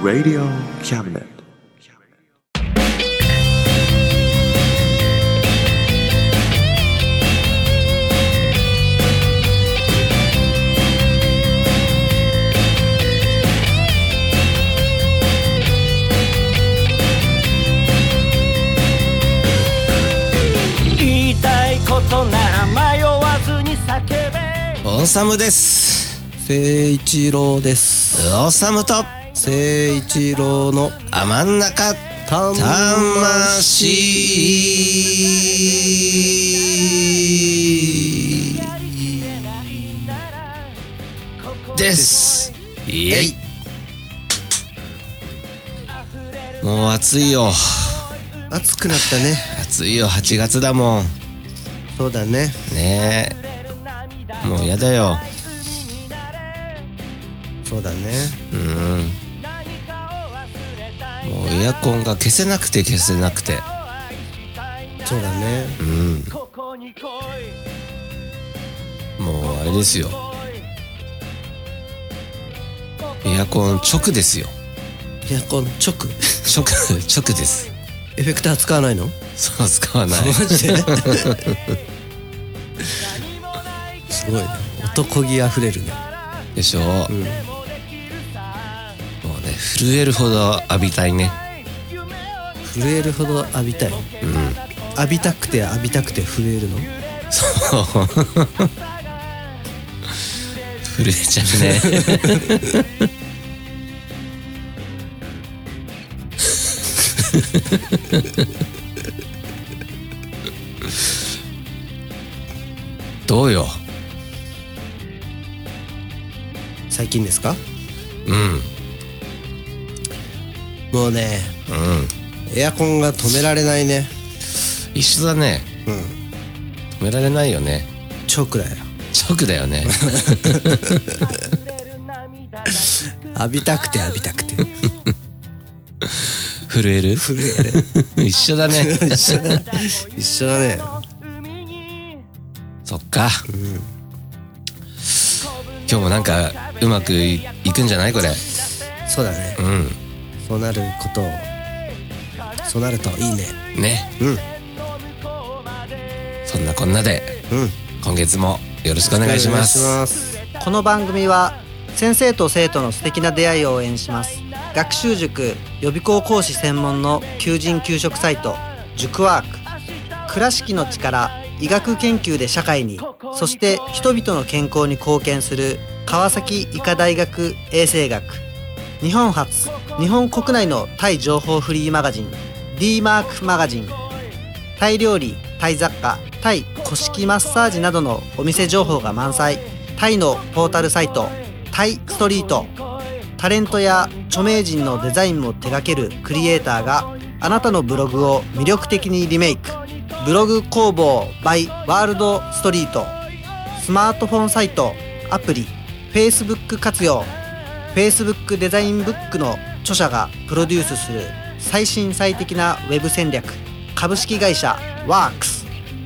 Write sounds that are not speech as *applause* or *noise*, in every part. Radio Cabinet. 言いたいことなら迷わずに叫べオーサムです誠一郎ですオーサムと誠一郎の天ん中魂ですイエイもう暑いよ暑くなったね暑いよ8月だもんそうだねねえもうやだよそうだねうんもうエアコンが消せなくて消せなくてそうだねうんここに来いもうあれですよ来エアコン直ですよエアコン直 *laughs* 直 *laughs* 直ですエフェクター使わないのそう使わないジですごいね男気あふれるねでしょ、うもうね震えるほど浴びたいね震えるほど浴びたい、浴びたくて浴びたくて震えるのそう震えちゃうね *laughs* どうよ最近ですかうんもうねうんエアコンが止められないね一緒だね止うんめられないよね直だよ直だよ *laughs* ね浴びたくて浴びたくて震える震える *laughs* 一緒だ *laughs* ね一緒だ一緒だねそっか、今日もなんかうまくいいくんじゃないこれそうだねうそうなることをそうなるといいねんねうんそんなこんなでうん今月もよろしくお願いしますお願いしますこの番組は先生と生徒の素敵な出会いを応援します学習塾予備校講師専門の求人・給食サイト塾ワーク倉敷の力医学研究で社会にそして人々の健康に貢献する川崎医科大学衛生学日本初日本国内のタイ情報フリーマガジン d マークマガジンタイ料理タイ雑貨タイ古式マッサージなどのお店情報が満載タイのポータルサイトタイストリートタレントや著名人のデザインも手掛けるクリエイターがあなたのブログを魅力的にリメイクブログ工房 by ワールドストリートスマートフォンサイトアプリ Facebook 活用 Facebook デザインブックの著者がプロデュースする最新最適なウェブ戦略株式会社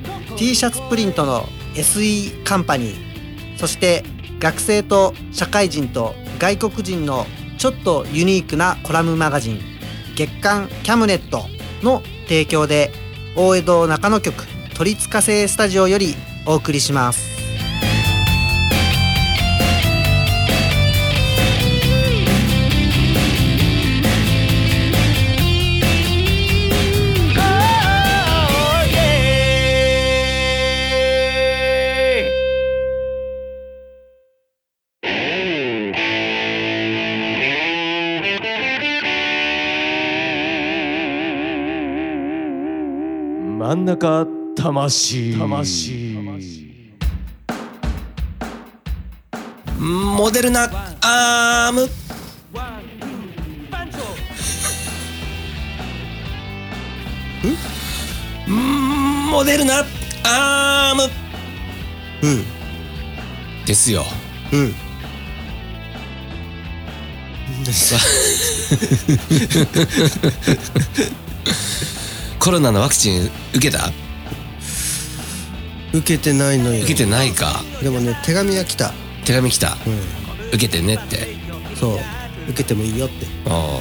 WorksT シャツプリントの SE カンパニーそして学生と社会人と外国人のちょっとユニークなコラムマガジン月刊キャムネットの提供で大江戸中野局鳥塚製スタジオよりお送りします。いで真ん中魂魂モデルナアームんモデルナアームうですよんうんコロナのワクチン受けた受けてないのよ受けてないかでもね手紙が来た手紙来たうん受けてねってそう受けてもいいよってああ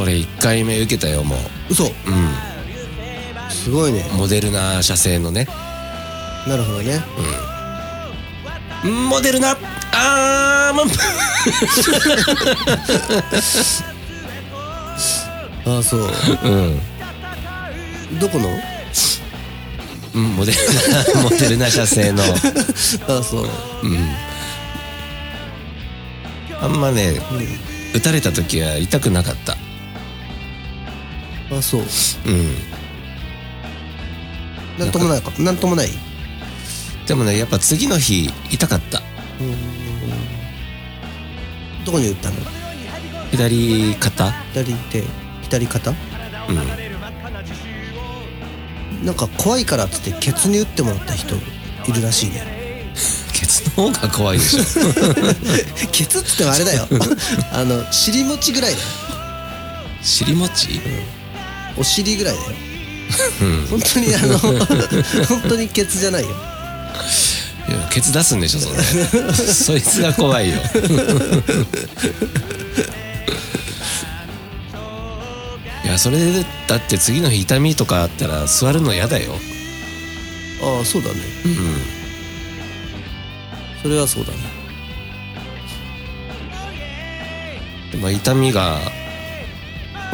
俺1回目受けたよもう嘘うすごいねんモデルナ社製のねなるほどねモデルナあーまんああそううんどこのうんモデルナ *laughs* モデルナ社製のああそううんあんまね打たれた時は痛くなかったああそううんなんともないかなんともないでもねやっぱ次の日痛かったどこに打ったの左肩左手左肩うんなんか怖いからっつってケツに打ってもらった人いるらしいねケツの方が怖いでしょ *laughs* ケツっつってもあれだよあの尻餅ぐらいだよ尻餅お尻ぐらいだようん本当にあ *laughs* の本当にケツじゃないよいやケツ出すんでしょそれ *laughs* そいつが怖いよ *laughs* いやそれでだって次の日痛みとかあったら座るの嫌だよああそうだねうんそれはそうだねでまあ痛みが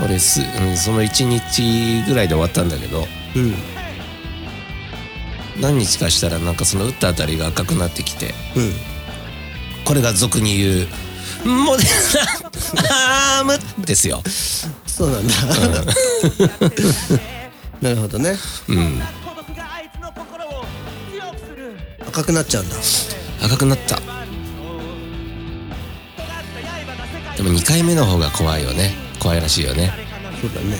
俺す、うん、その1日ぐらいで終わったんだけどうん何日かしたらなんかその打ったあたりが赤くなってきてうんこれが俗に言うモデルナアームですよそうなんだ、なるほどねうん赤くなっちゃうんだ赤くなったでも2回目の方が怖いよね怖いらしいよねそうだね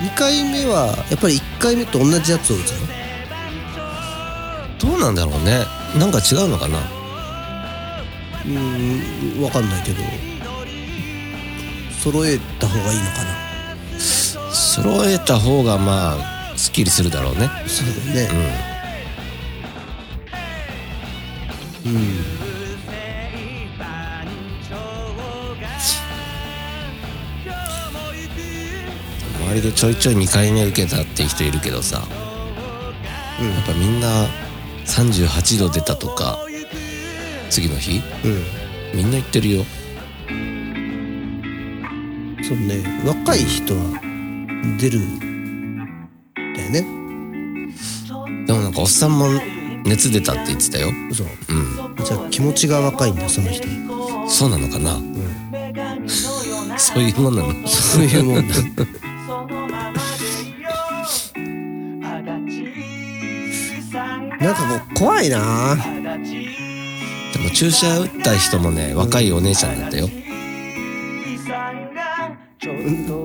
うん2回目はやっぱり1回目と同じやつを打つのどうなんだろうねなんか違うのかなうーん分かんないけど揃えた方がいいのかな揃えた方がまあすっきりするだろうねそうだよねうん、周りでちょいちょい2回目受けたって人いるけどさうんやっぱみんな38度出たとか次の日みんな言ってるようんそうね若い人は出るんだよねでもなんかおっさんも熱出たって言ってたよ嘘うじゃあ気持ちが若いんだその人んそうなのかな、 *laughs* そういうも *laughs* んなのそういうもん *laughs* だなんかこう怖いなでも注射打った人もね若いお姉ちゃんだったよ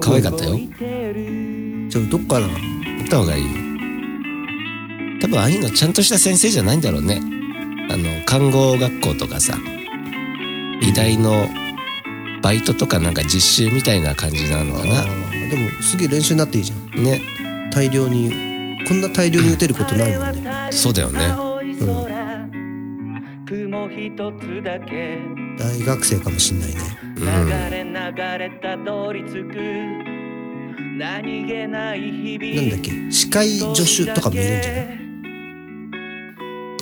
可愛かったよ打ちょっとどっかなった方がいいよ多分ああいうのちゃんとした先生じゃないんだろうねあの看護学校とかさ医大のバイトとかなんか実習みたいな感じなのかあなーでもすげえ練習になっていいじゃんね大量にこんな大量に打てることないもんねそうだよね雲一つだけ大学生かもしんないね流れ流れたどり着く何気ない日々なんだっけ司会助手とかもいるんじゃない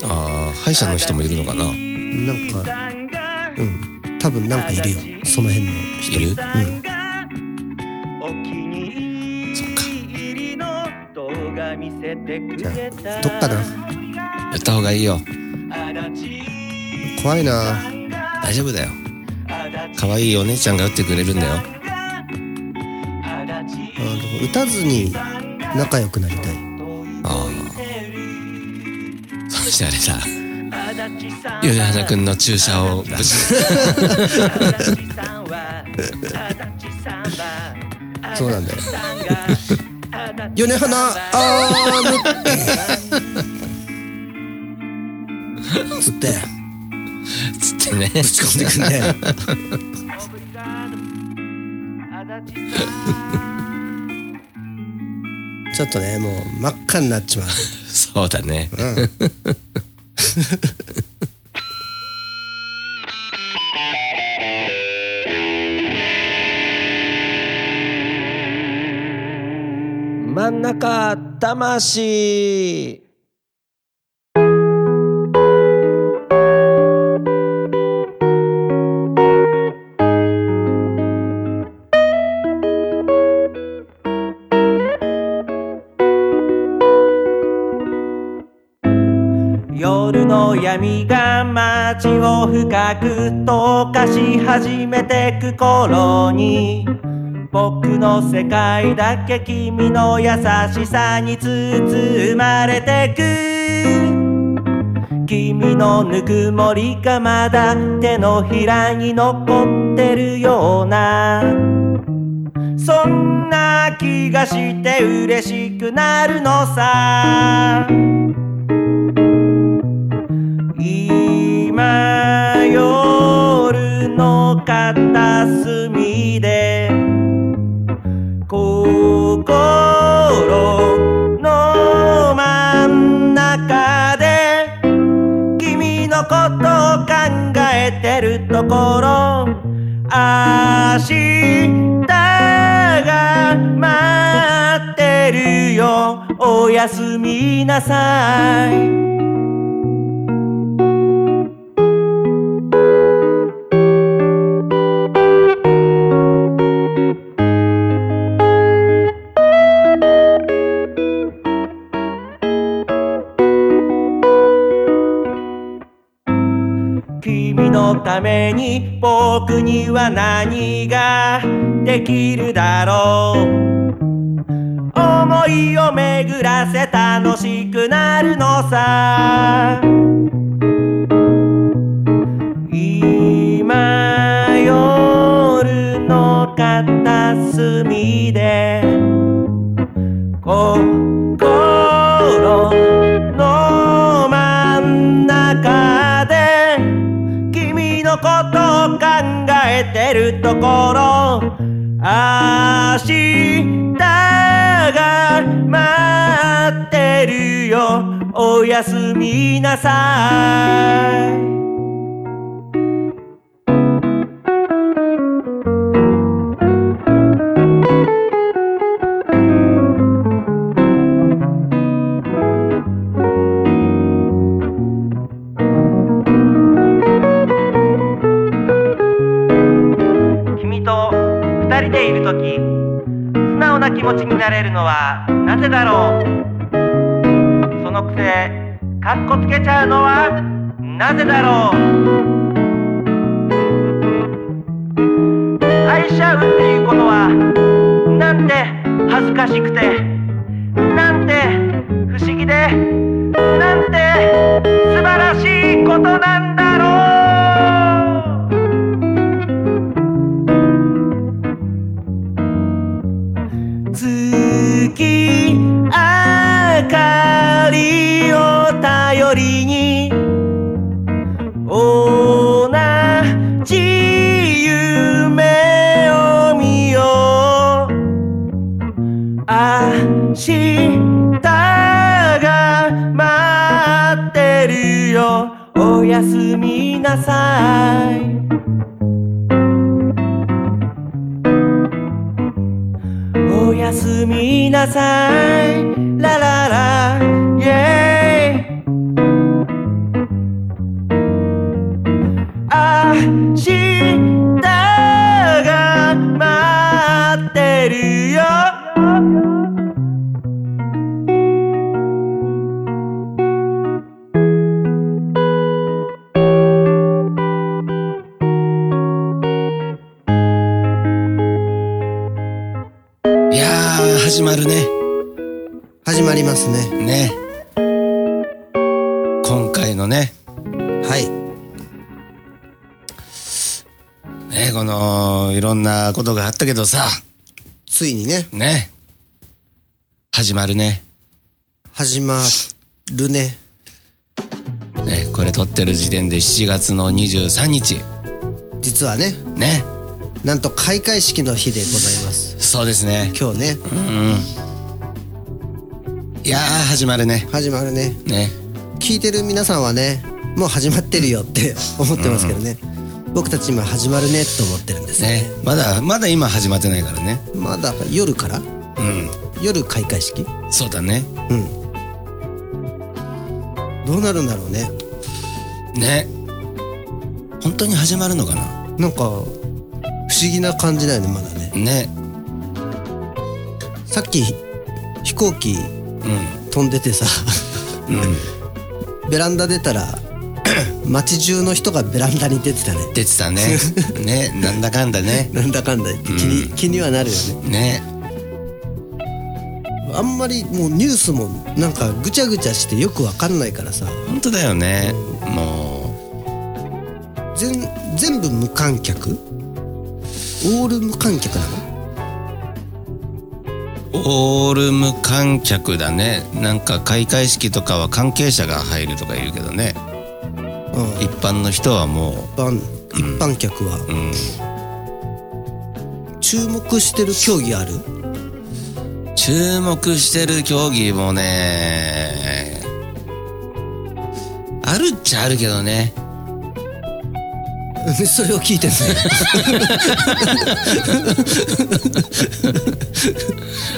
ああ歯医者の人もいるのかななんかうん多分なんかいるよその辺のいるうんお気にそっか入りの動画見せてくじゃれあたどっかなやった方がいいよ怖いな大丈夫だよ可愛いお姉ちゃんが打ってくれるんだよあの歌ずに仲良くなりたいああそしてあれさ米花君の注射を *laughs* ぶちそうなんだよ米花あーむ *laughs* つってつってね飛んでくんだよちょっとねもう真っ赤になっちまう、そうだね。うん、真ん中魂夜の闇が街を深く溶かし始めてく頃に僕の世界だけ君の優しさに包まれてく君のぬくもりがまだ手のひらに残ってるようなそんな気がして嬉しくなるのさ今夜の片隅で心の真ん中で君のことを考えてるところ明日が待ってるよおやすみなさい君のために僕には何ができるだろう思いを巡らせ楽しくなるのさ今夜の片隅で心の真ん中で君のことを考えてるところ明日が待ってるよおやすみなさい君と二人でいるとき素直な気持ちになれるのはなぜだろうそのくせかっこつけちゃうのはなぜだろう愛し合うっていうことはなんて恥ずかしくてなんて不思議でなんて素晴らしいことなんだろう月明かりを頼りに同じ夢を見よう明日が待ってるよおやすみなさいおやすみなさいララライェイ明日が待ってるよいやー、始まるね。始まりますねね。今回のね、はいね、この、いろんなことがあったけどさ、ついにねね。始まるね。始まるねね、これ撮ってる時点で7月の23日。実はねね。なんと開会式の日でございますそうですね。今日ねいやー始まるね始まるねね聞いてる皆さんはねもう始まってるよって *laughs* 思ってますけどね、僕たち今始まるねと思ってるんですねまだまだ今始まってないからねまだ夜からうん夜開会式そうだねうんどうなるんだろうねね本当に始まるのかななんか不思議な感じだよねまだねねさっき飛行機う飛んでてさんうんベランダ出 *clears throat* たら街中の人がベランダに出てたね出てたねねなんだかんだねなんだかんだ言って気に,、気にはなるよねねあんまりもうニュースもなんかぐちゃぐちゃしてよくわかんないからさ本当だよねも全全部無観客オール無観客なのうオール無観客だねなんか開会式とかは関係者が入るとか言うけどねうん一般の人はも一般一般客は、う、うん、注目してる競技ある *laughs* 注目してる競技もねあるっちゃあるけどねそれを聞いてね *laughs*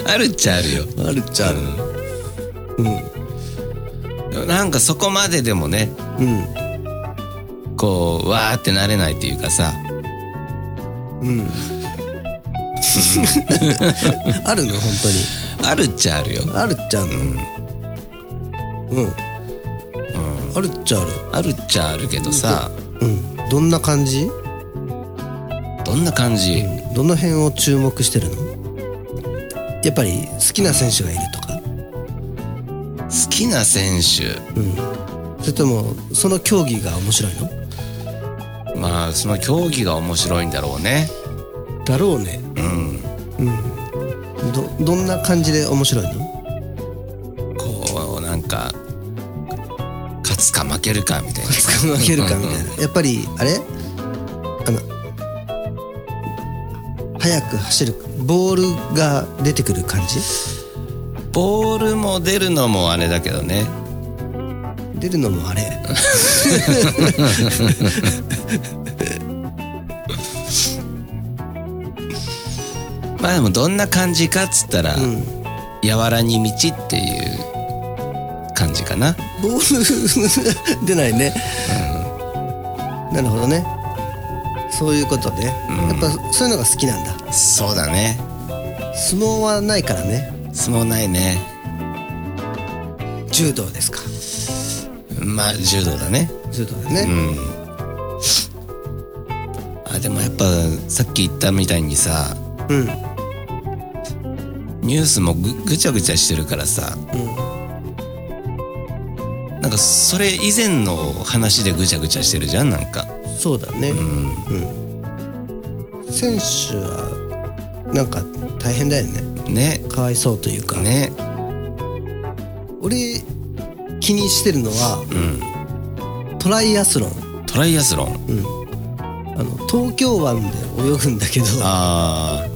あるっちゃあるよあるっちゃあるなんかそこまででもねうこうわーってなれないっていうかさんうんあるの本当にあるっちゃあるよあるっちゃあるのうん、あるっちゃあるあるっちゃあるけどさうんどんな感じどんな感じどの辺を注目してるのやっぱり好きな選手がいるとか好きな選手それともその競技が面白いのまあその競技が面白いんだろうねだろうねうんどどんな感じで面白いのこうなんか勝つか負けるかみたいな負けるかみたうんいうんなやっぱりあれあの速く走るボールが出てくる感じボールも出るのもあれだけどね出るのもあれまあでもどんな感じかっつったら、ん柔らに道っていう感じかなボール出ないね、なるほどねそういうことね、やっぱそういうのが好きなんだそうだね相撲はないからね相撲ないね柔道ですかまあ柔道だね柔道だね、あでもやっぱさっき言ったみたいにさうんニュースもぐぐちゃぐちゃしてるからさ、なんかそれ以前の話でぐちゃぐちゃしてるじゃんなんかそうだね、うん選手はなんか大変だよねねかわいそうというか、ね俺気にしてるのは、トライアスロントライアスロン、あの東京湾で泳ぐんだけどあー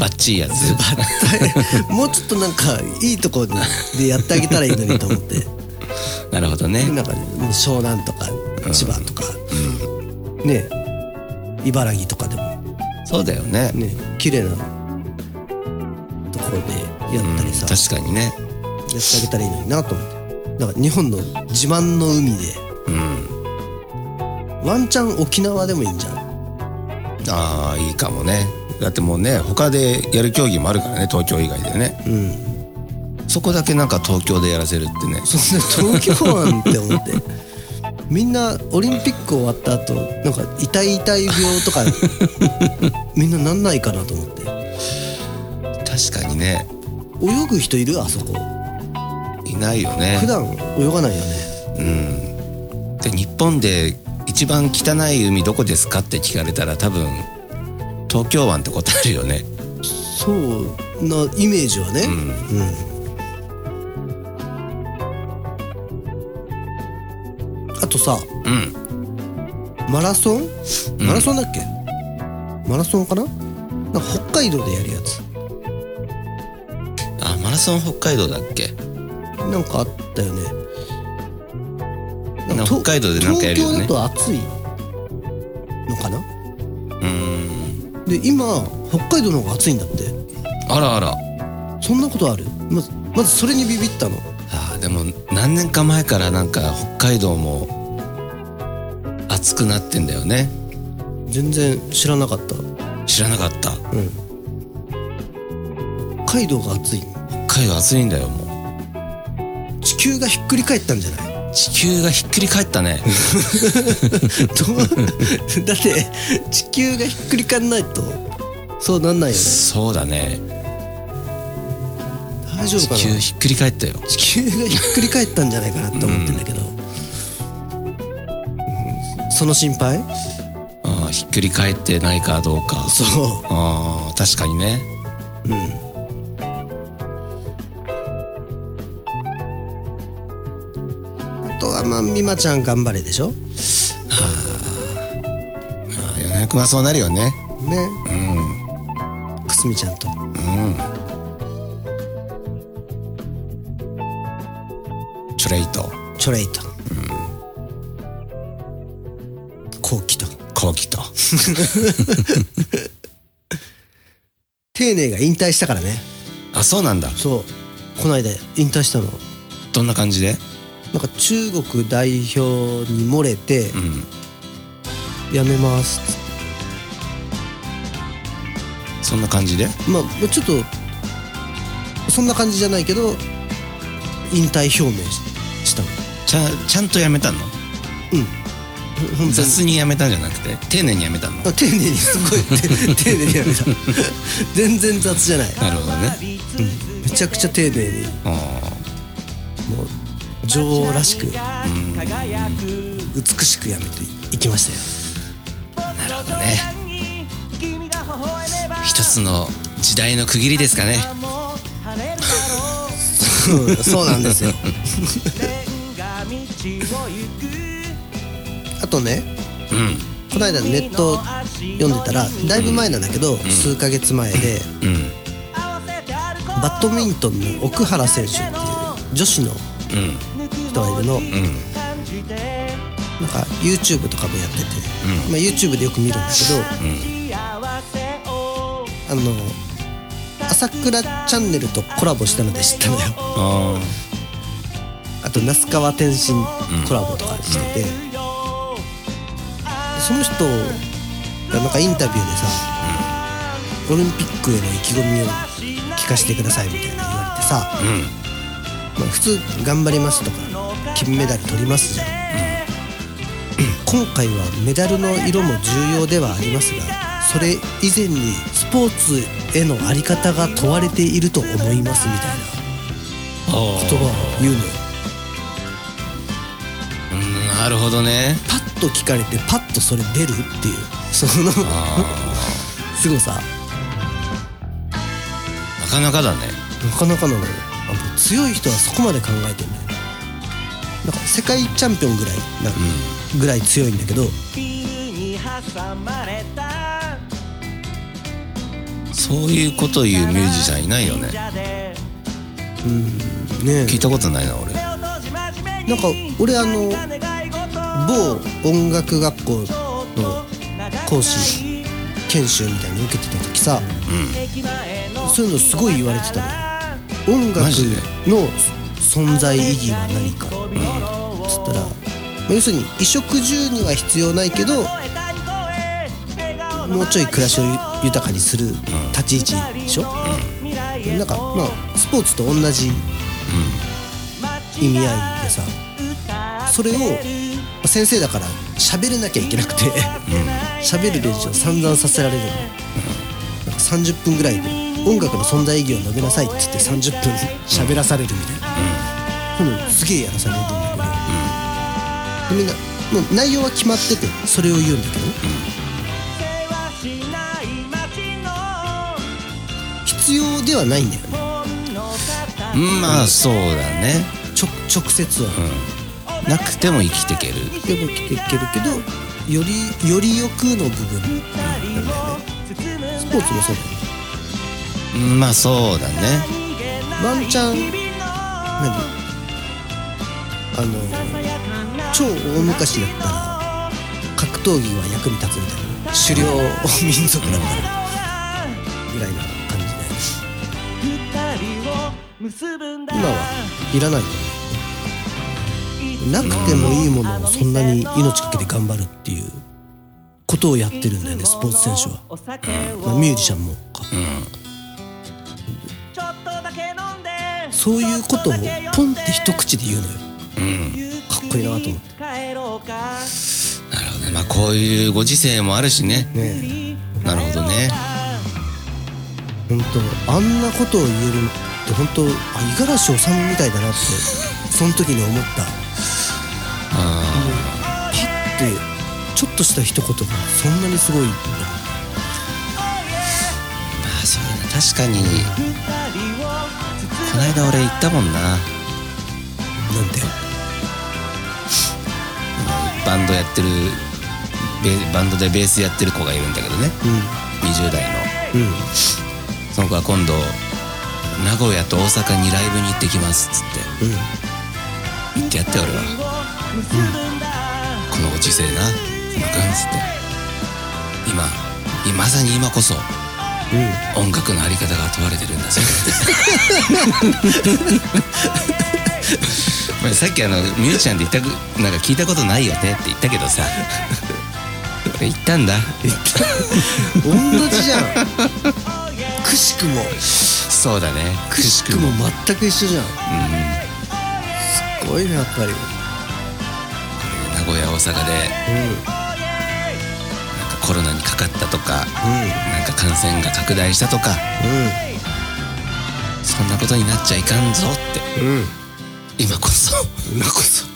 バッチリやつもうちょっとなんかいいとこでやってあげたらいいのにと思って *laughs* なるほどねなんか湘南とか千葉とか、ね茨城とかでもそうだよねね綺麗なところでやったりさ、や確かにねってあげたらいいのになと思ってだから日本の自慢の海で、ワンチャン沖縄でもいいんじゃんああいいかもねだってもうね他でやる競技もあるからね東京以外でね、そこだけなんか東京でやらせるってねそんな東京湾って思ってみんなオリンピック終わった後なんか痛い痛い病とかみんななんないかなと思って確かにね泳ぐ人いるあそこいないよね普段泳がないよねで日本で一番汚い海どこですかって聞かれたら多分東京湾って答えるよねそうなイメージはね、うんあとさうんマラソンマラソンだっけ、マラソンかななんか北海道でやるやつあマラソン北海道だっけなんかあったよねなんか北海道でなんかやるよね東京だと暑いのかなうーんで今北海道の方が暑いんだってあらあらそんなことあるまずまずそれにビビったのあーでも何年か前からなんか北海道も暑くなってんだよね全然知らなかった、う知らなかったん、北海道が暑い北海道暑いんだよも地球がひっくり返ったんじゃないう地球がひっくり返ったねどう *laughs* だって地球がひっくり返んないとそうなんないよねそうだね大丈夫地かな球ひっくり返ったよ地球がひっくり返ったんじゃないかなって思ってんだけど、うんその心配あーひっくり返ってないかどうかそあー確かにねう、うん、あとはまあ美誠ちゃん頑張れでしょあー米山君はそうなるよねねくすみちゃんとチョレイとチョレイと、こうきとコウキと丁寧が引退したからねあそうなんだそうこの間引退したのどんな感じでなんか中国代表に漏れてうん「やめます」っつってそんな感じでまあもうちょっとそんな感じじゃないけど引退表明ししたのちゃちゃんとやめたのほほんとに雑にやめたんじゃなくて丁寧にやめたのあ丁寧にすごい *laughs* て丁寧にやめた全然雑じゃないなるほどねめちゃくちゃ丁寧にあもう女王らしく輝く美しくやめていきましたねー一つの時代の区切りですかね *laughs* よそうなんですよ *laughs* あとねうんこの間ネット読んでたらだいぶ前なんだけど、数ヶ月前でうんバドミントンの奥原選手っていう女子のうん人がいるの、うんなんか YouTube とかもやってて、まあ、YouTube でよく見るんだけうんど、あの朝倉チャンネルとコラボしたので知ったのよああと那須川天心コラボとかしてて、その人がなんかインタビューでさ、オリンピックへの意気込みを聞かせてくださいみたいなの言われてさ、ーうんまあ、普通「頑張ります」とか「金メダル取ります」じゃん、今回はメダルの色も重要ではありますがそれ以前にスポーツへの在り方が問われていると思いますみたいあな言葉を言うのよーうんなるほどねパッと聞かれてパッとそれ出るっていう *laughs* そのすごさなかなかだねなかなかなのよあもう強い人はそこまで考えてんだよなんか世界チャンピオンぐらいな、ぐらい強いんだけどそういうことを言うミュージシャンいないよねね聞いたことないな俺なんか俺あの某音楽学校の講師研修みたいなの受けてた時さ、そういうのすごい言われてたのよ音楽マジでの存在意義は何か、つったらまあ要するに衣食住には必要ないけどもうちょい暮らしを豊かにする立ち位置でしょ、なんかまあスポーツと同じ意味合いでさそれを先生だから喋れなきゃいけなくて喋、る練習を散々させられるの、なんか30分ぐらいで音楽の存在意義を述べなさいって言って30分喋らされるみたいな、うん、すげえやらされるんだけど、でみんなもう内容は決まっててそれを言うんだけど、ね必要ではないんだよねうんまあそうだねちょ直接は、なくても生きていけるでも来ていけるけどよりよりよくの部分なんだよねスポーツもそうだうよねんまあそうだねワンチャン何あの超大昔だったら格闘技は役に立つみたいな狩猟民族だからぐらいな感じで今はいらないよねなくてもいいものをそんなに命かけて頑張るっていうことをやってるんだよねスポーツ選手は、まあ、ミュージシャンもか、そういうことをポンって一口で言うのよかっこいいなと思ってなるほどねまあこういうご時世もあるしねねなるほどね本当あんなことを言えるのって本当あ五十嵐治みたいだなってその時に思ったパッてちょっとした一言がそんなにすごいんだまあそうだな確かにこの間俺行ったもんななんてバンドやってるベバンドでベースやってる子がいるんだけどねう20代のんうんその子は今度名古屋と大阪にライブに行ってきますっつってうん行ってやって俺は、このご時世な今かんっつって今いまさに今こそ音楽のあり方が問われてるんだ *laughs* ぞまあさっきあのミュージシャンって言ったなんか聞いたことないよねって言ったけどさ言ったんだ同じじゃんくしくもそうだねくしくも全く一緒じゃんうんすごいなやっぱり名古屋大阪でなんかコロナにかかったとか、なんか感染が拡大したとか、そんなことになっちゃいかんぞって、今こそ今こそ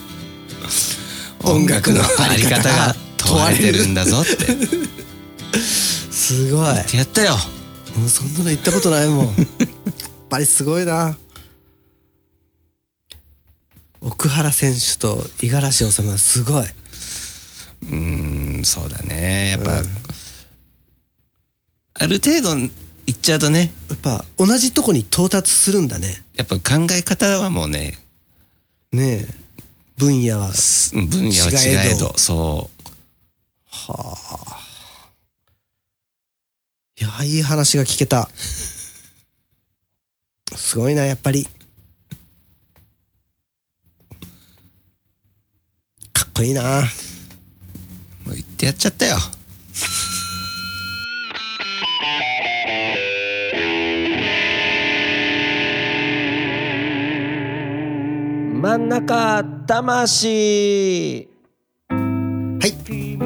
*laughs* 音楽のあり方が問われてるんだぞってっすごいてやったよもうそんなの言ったことないもんやっぱりすごいな奥原選手と五十嵐治はすごいうんそうだねやっぱ、ある程度いっちゃうとねやっぱ同じとこに到達するんだねやっぱ考え方はもうねねえ分野はす分野は違え違えどどそういやいい話が聞けたすごいなやっぱりかっこいいなもう言ってやっちゃったよ。真ん中魂はい。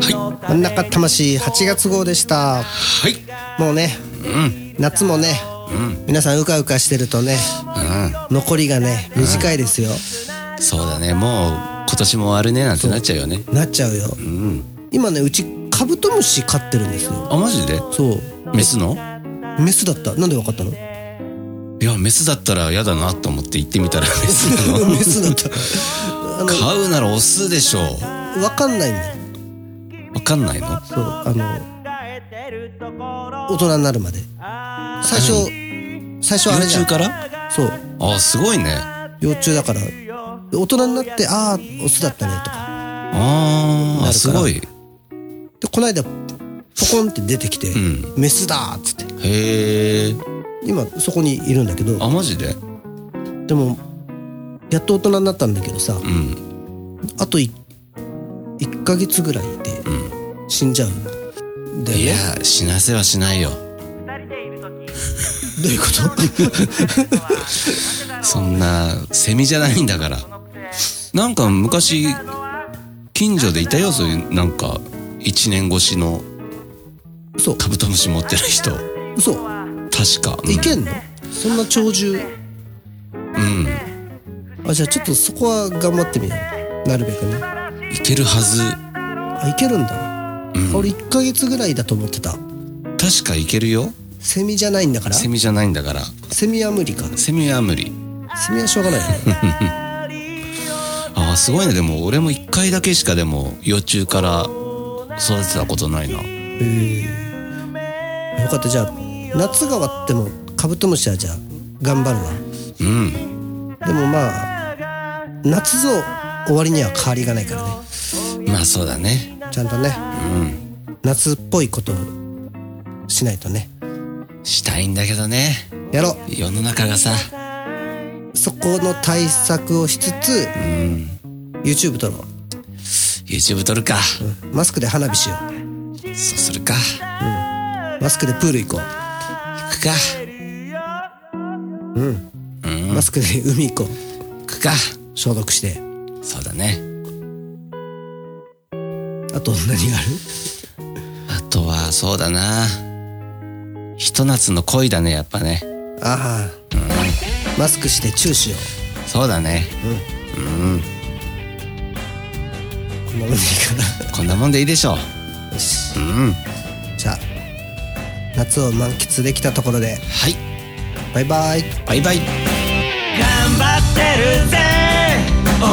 真ん中魂8月号でした。はい。もうね、夏もね、皆さんうかうかしてるとね、残りがね、短いですよ。そうだね。もう今年も終わるねなんてなっちゃうよね。なっちゃうよ。うん。今ね、うちカブトムシ飼ってるんですよ。あマジで？そう。メスの？メスだった。なんでわかったのメいやメスだったら嫌だなと思って行ってみた *laughs* らメスなの。スだった。あ買うならオスでしょの、わかんないんだよ。う。わかんないの？そう。あの、大人になるまで。最初、最初あれじゃん。幼虫から？そう。あすごいね。幼虫だから。で大人になって、ああ、オスだったね、とか。ああすごい。でこの間ポコンって出てきて「んメスだ!」っつってへえ。今そこにいるんだけどあマジで？でもやっと大人になったんだけどさうん。あとい1ヶ月ぐらいで死んじゃうんだよいやね死なせはしないよ。どういうことそんなセミじゃないんだから。なんか昔近所でいたよそういうなんか一年越しの嘘カブトムシ持ってる人嘘確か、うんいけんのそんな鳥獣あじゃあちょっとそこは頑張ってみようなるべくねいけるはずあいけるんだ、俺1ヶ月ぐらいだと思ってた確かいけるよセミじゃないんだからセミじゃないんだからセミは無理かセミは無理セミはしょうがないよねああすごいねでも俺も一回だけしかでも幼虫から育てたことないなよかったじゃあ夏が終わってもカブトムシはじゃあ頑張るわうんでもまあ夏ぞ終わりには変わりがないからねまあそうだねちゃんとねうん夏っぽいことをしないとねしたいんだけどねやろ世の中がさうそこの対策をしつつうん YouTube 撮ろう YouTube 撮るかうんマスクで花火しよそうするかうマスクでプール行こ行くかううんうんマスクで海行こ行くかう消毒してそうだねあと何があるあとはそうだなひと夏の恋だねやっぱねああ、マスクしてチューしよそうだねうこんなのいいかこんなもんでいいでしょうなよしうんじゃあ夏を満喫できたところではいバイバイバイバイ頑張ってるぜ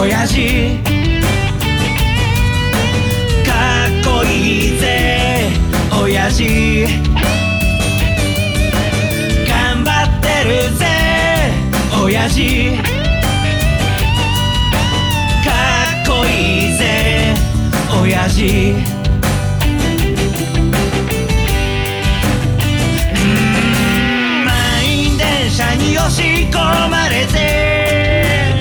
親父かっこいいぜ親父頑張ってるぜ親父かっこいいぜ親父満員電車に押し込まれて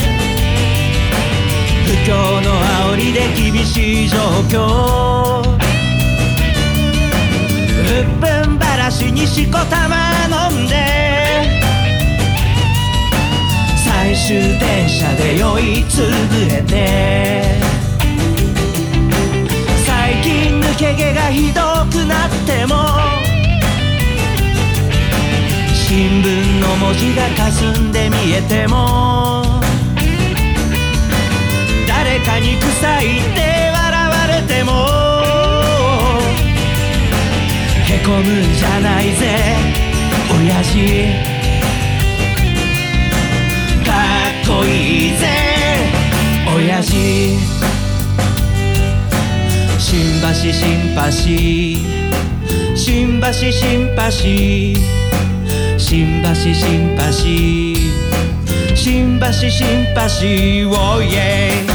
不況の煽りで厳しい状況うっぷんばらしにしこたま飲んで最終電車で酔いつぶれて最近抜け毛がひどくなっても新聞の文字が霞んで見えても誰かに臭いって笑われてもへこむんじゃないぜ親父かっこいいぜ親父新橋新橋新橋新橋新橋新橋新橋新橋をイエイ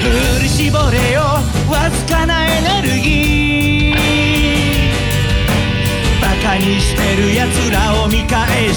振り絞れよわずかなエネルギーバカにしてるやつらを見返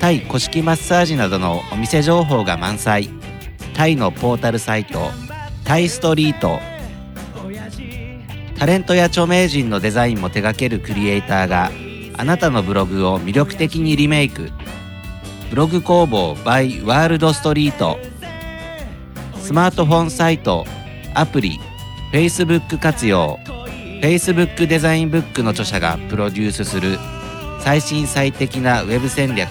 タイ古式マッサージなどのお店情報が満載タイのポータルサイトタイストリートタレントや著名人のデザインも手掛けるクリエイターがあなたのブログを魅力的にリメイクブログ工房 by ワールドストリートスマートフォンサイトアプリ Facebook 活用 Facebook デザインブックの著者がプロデュースする最新最適なウェブ戦略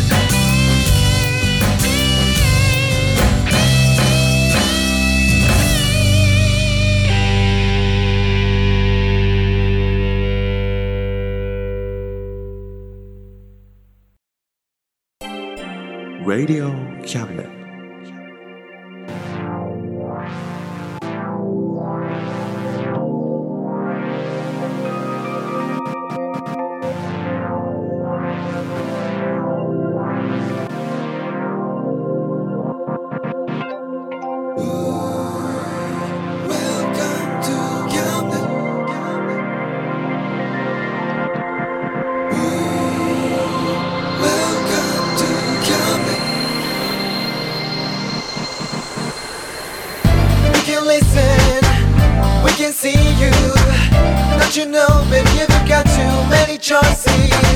「Don't you know, baby, you've got too many choices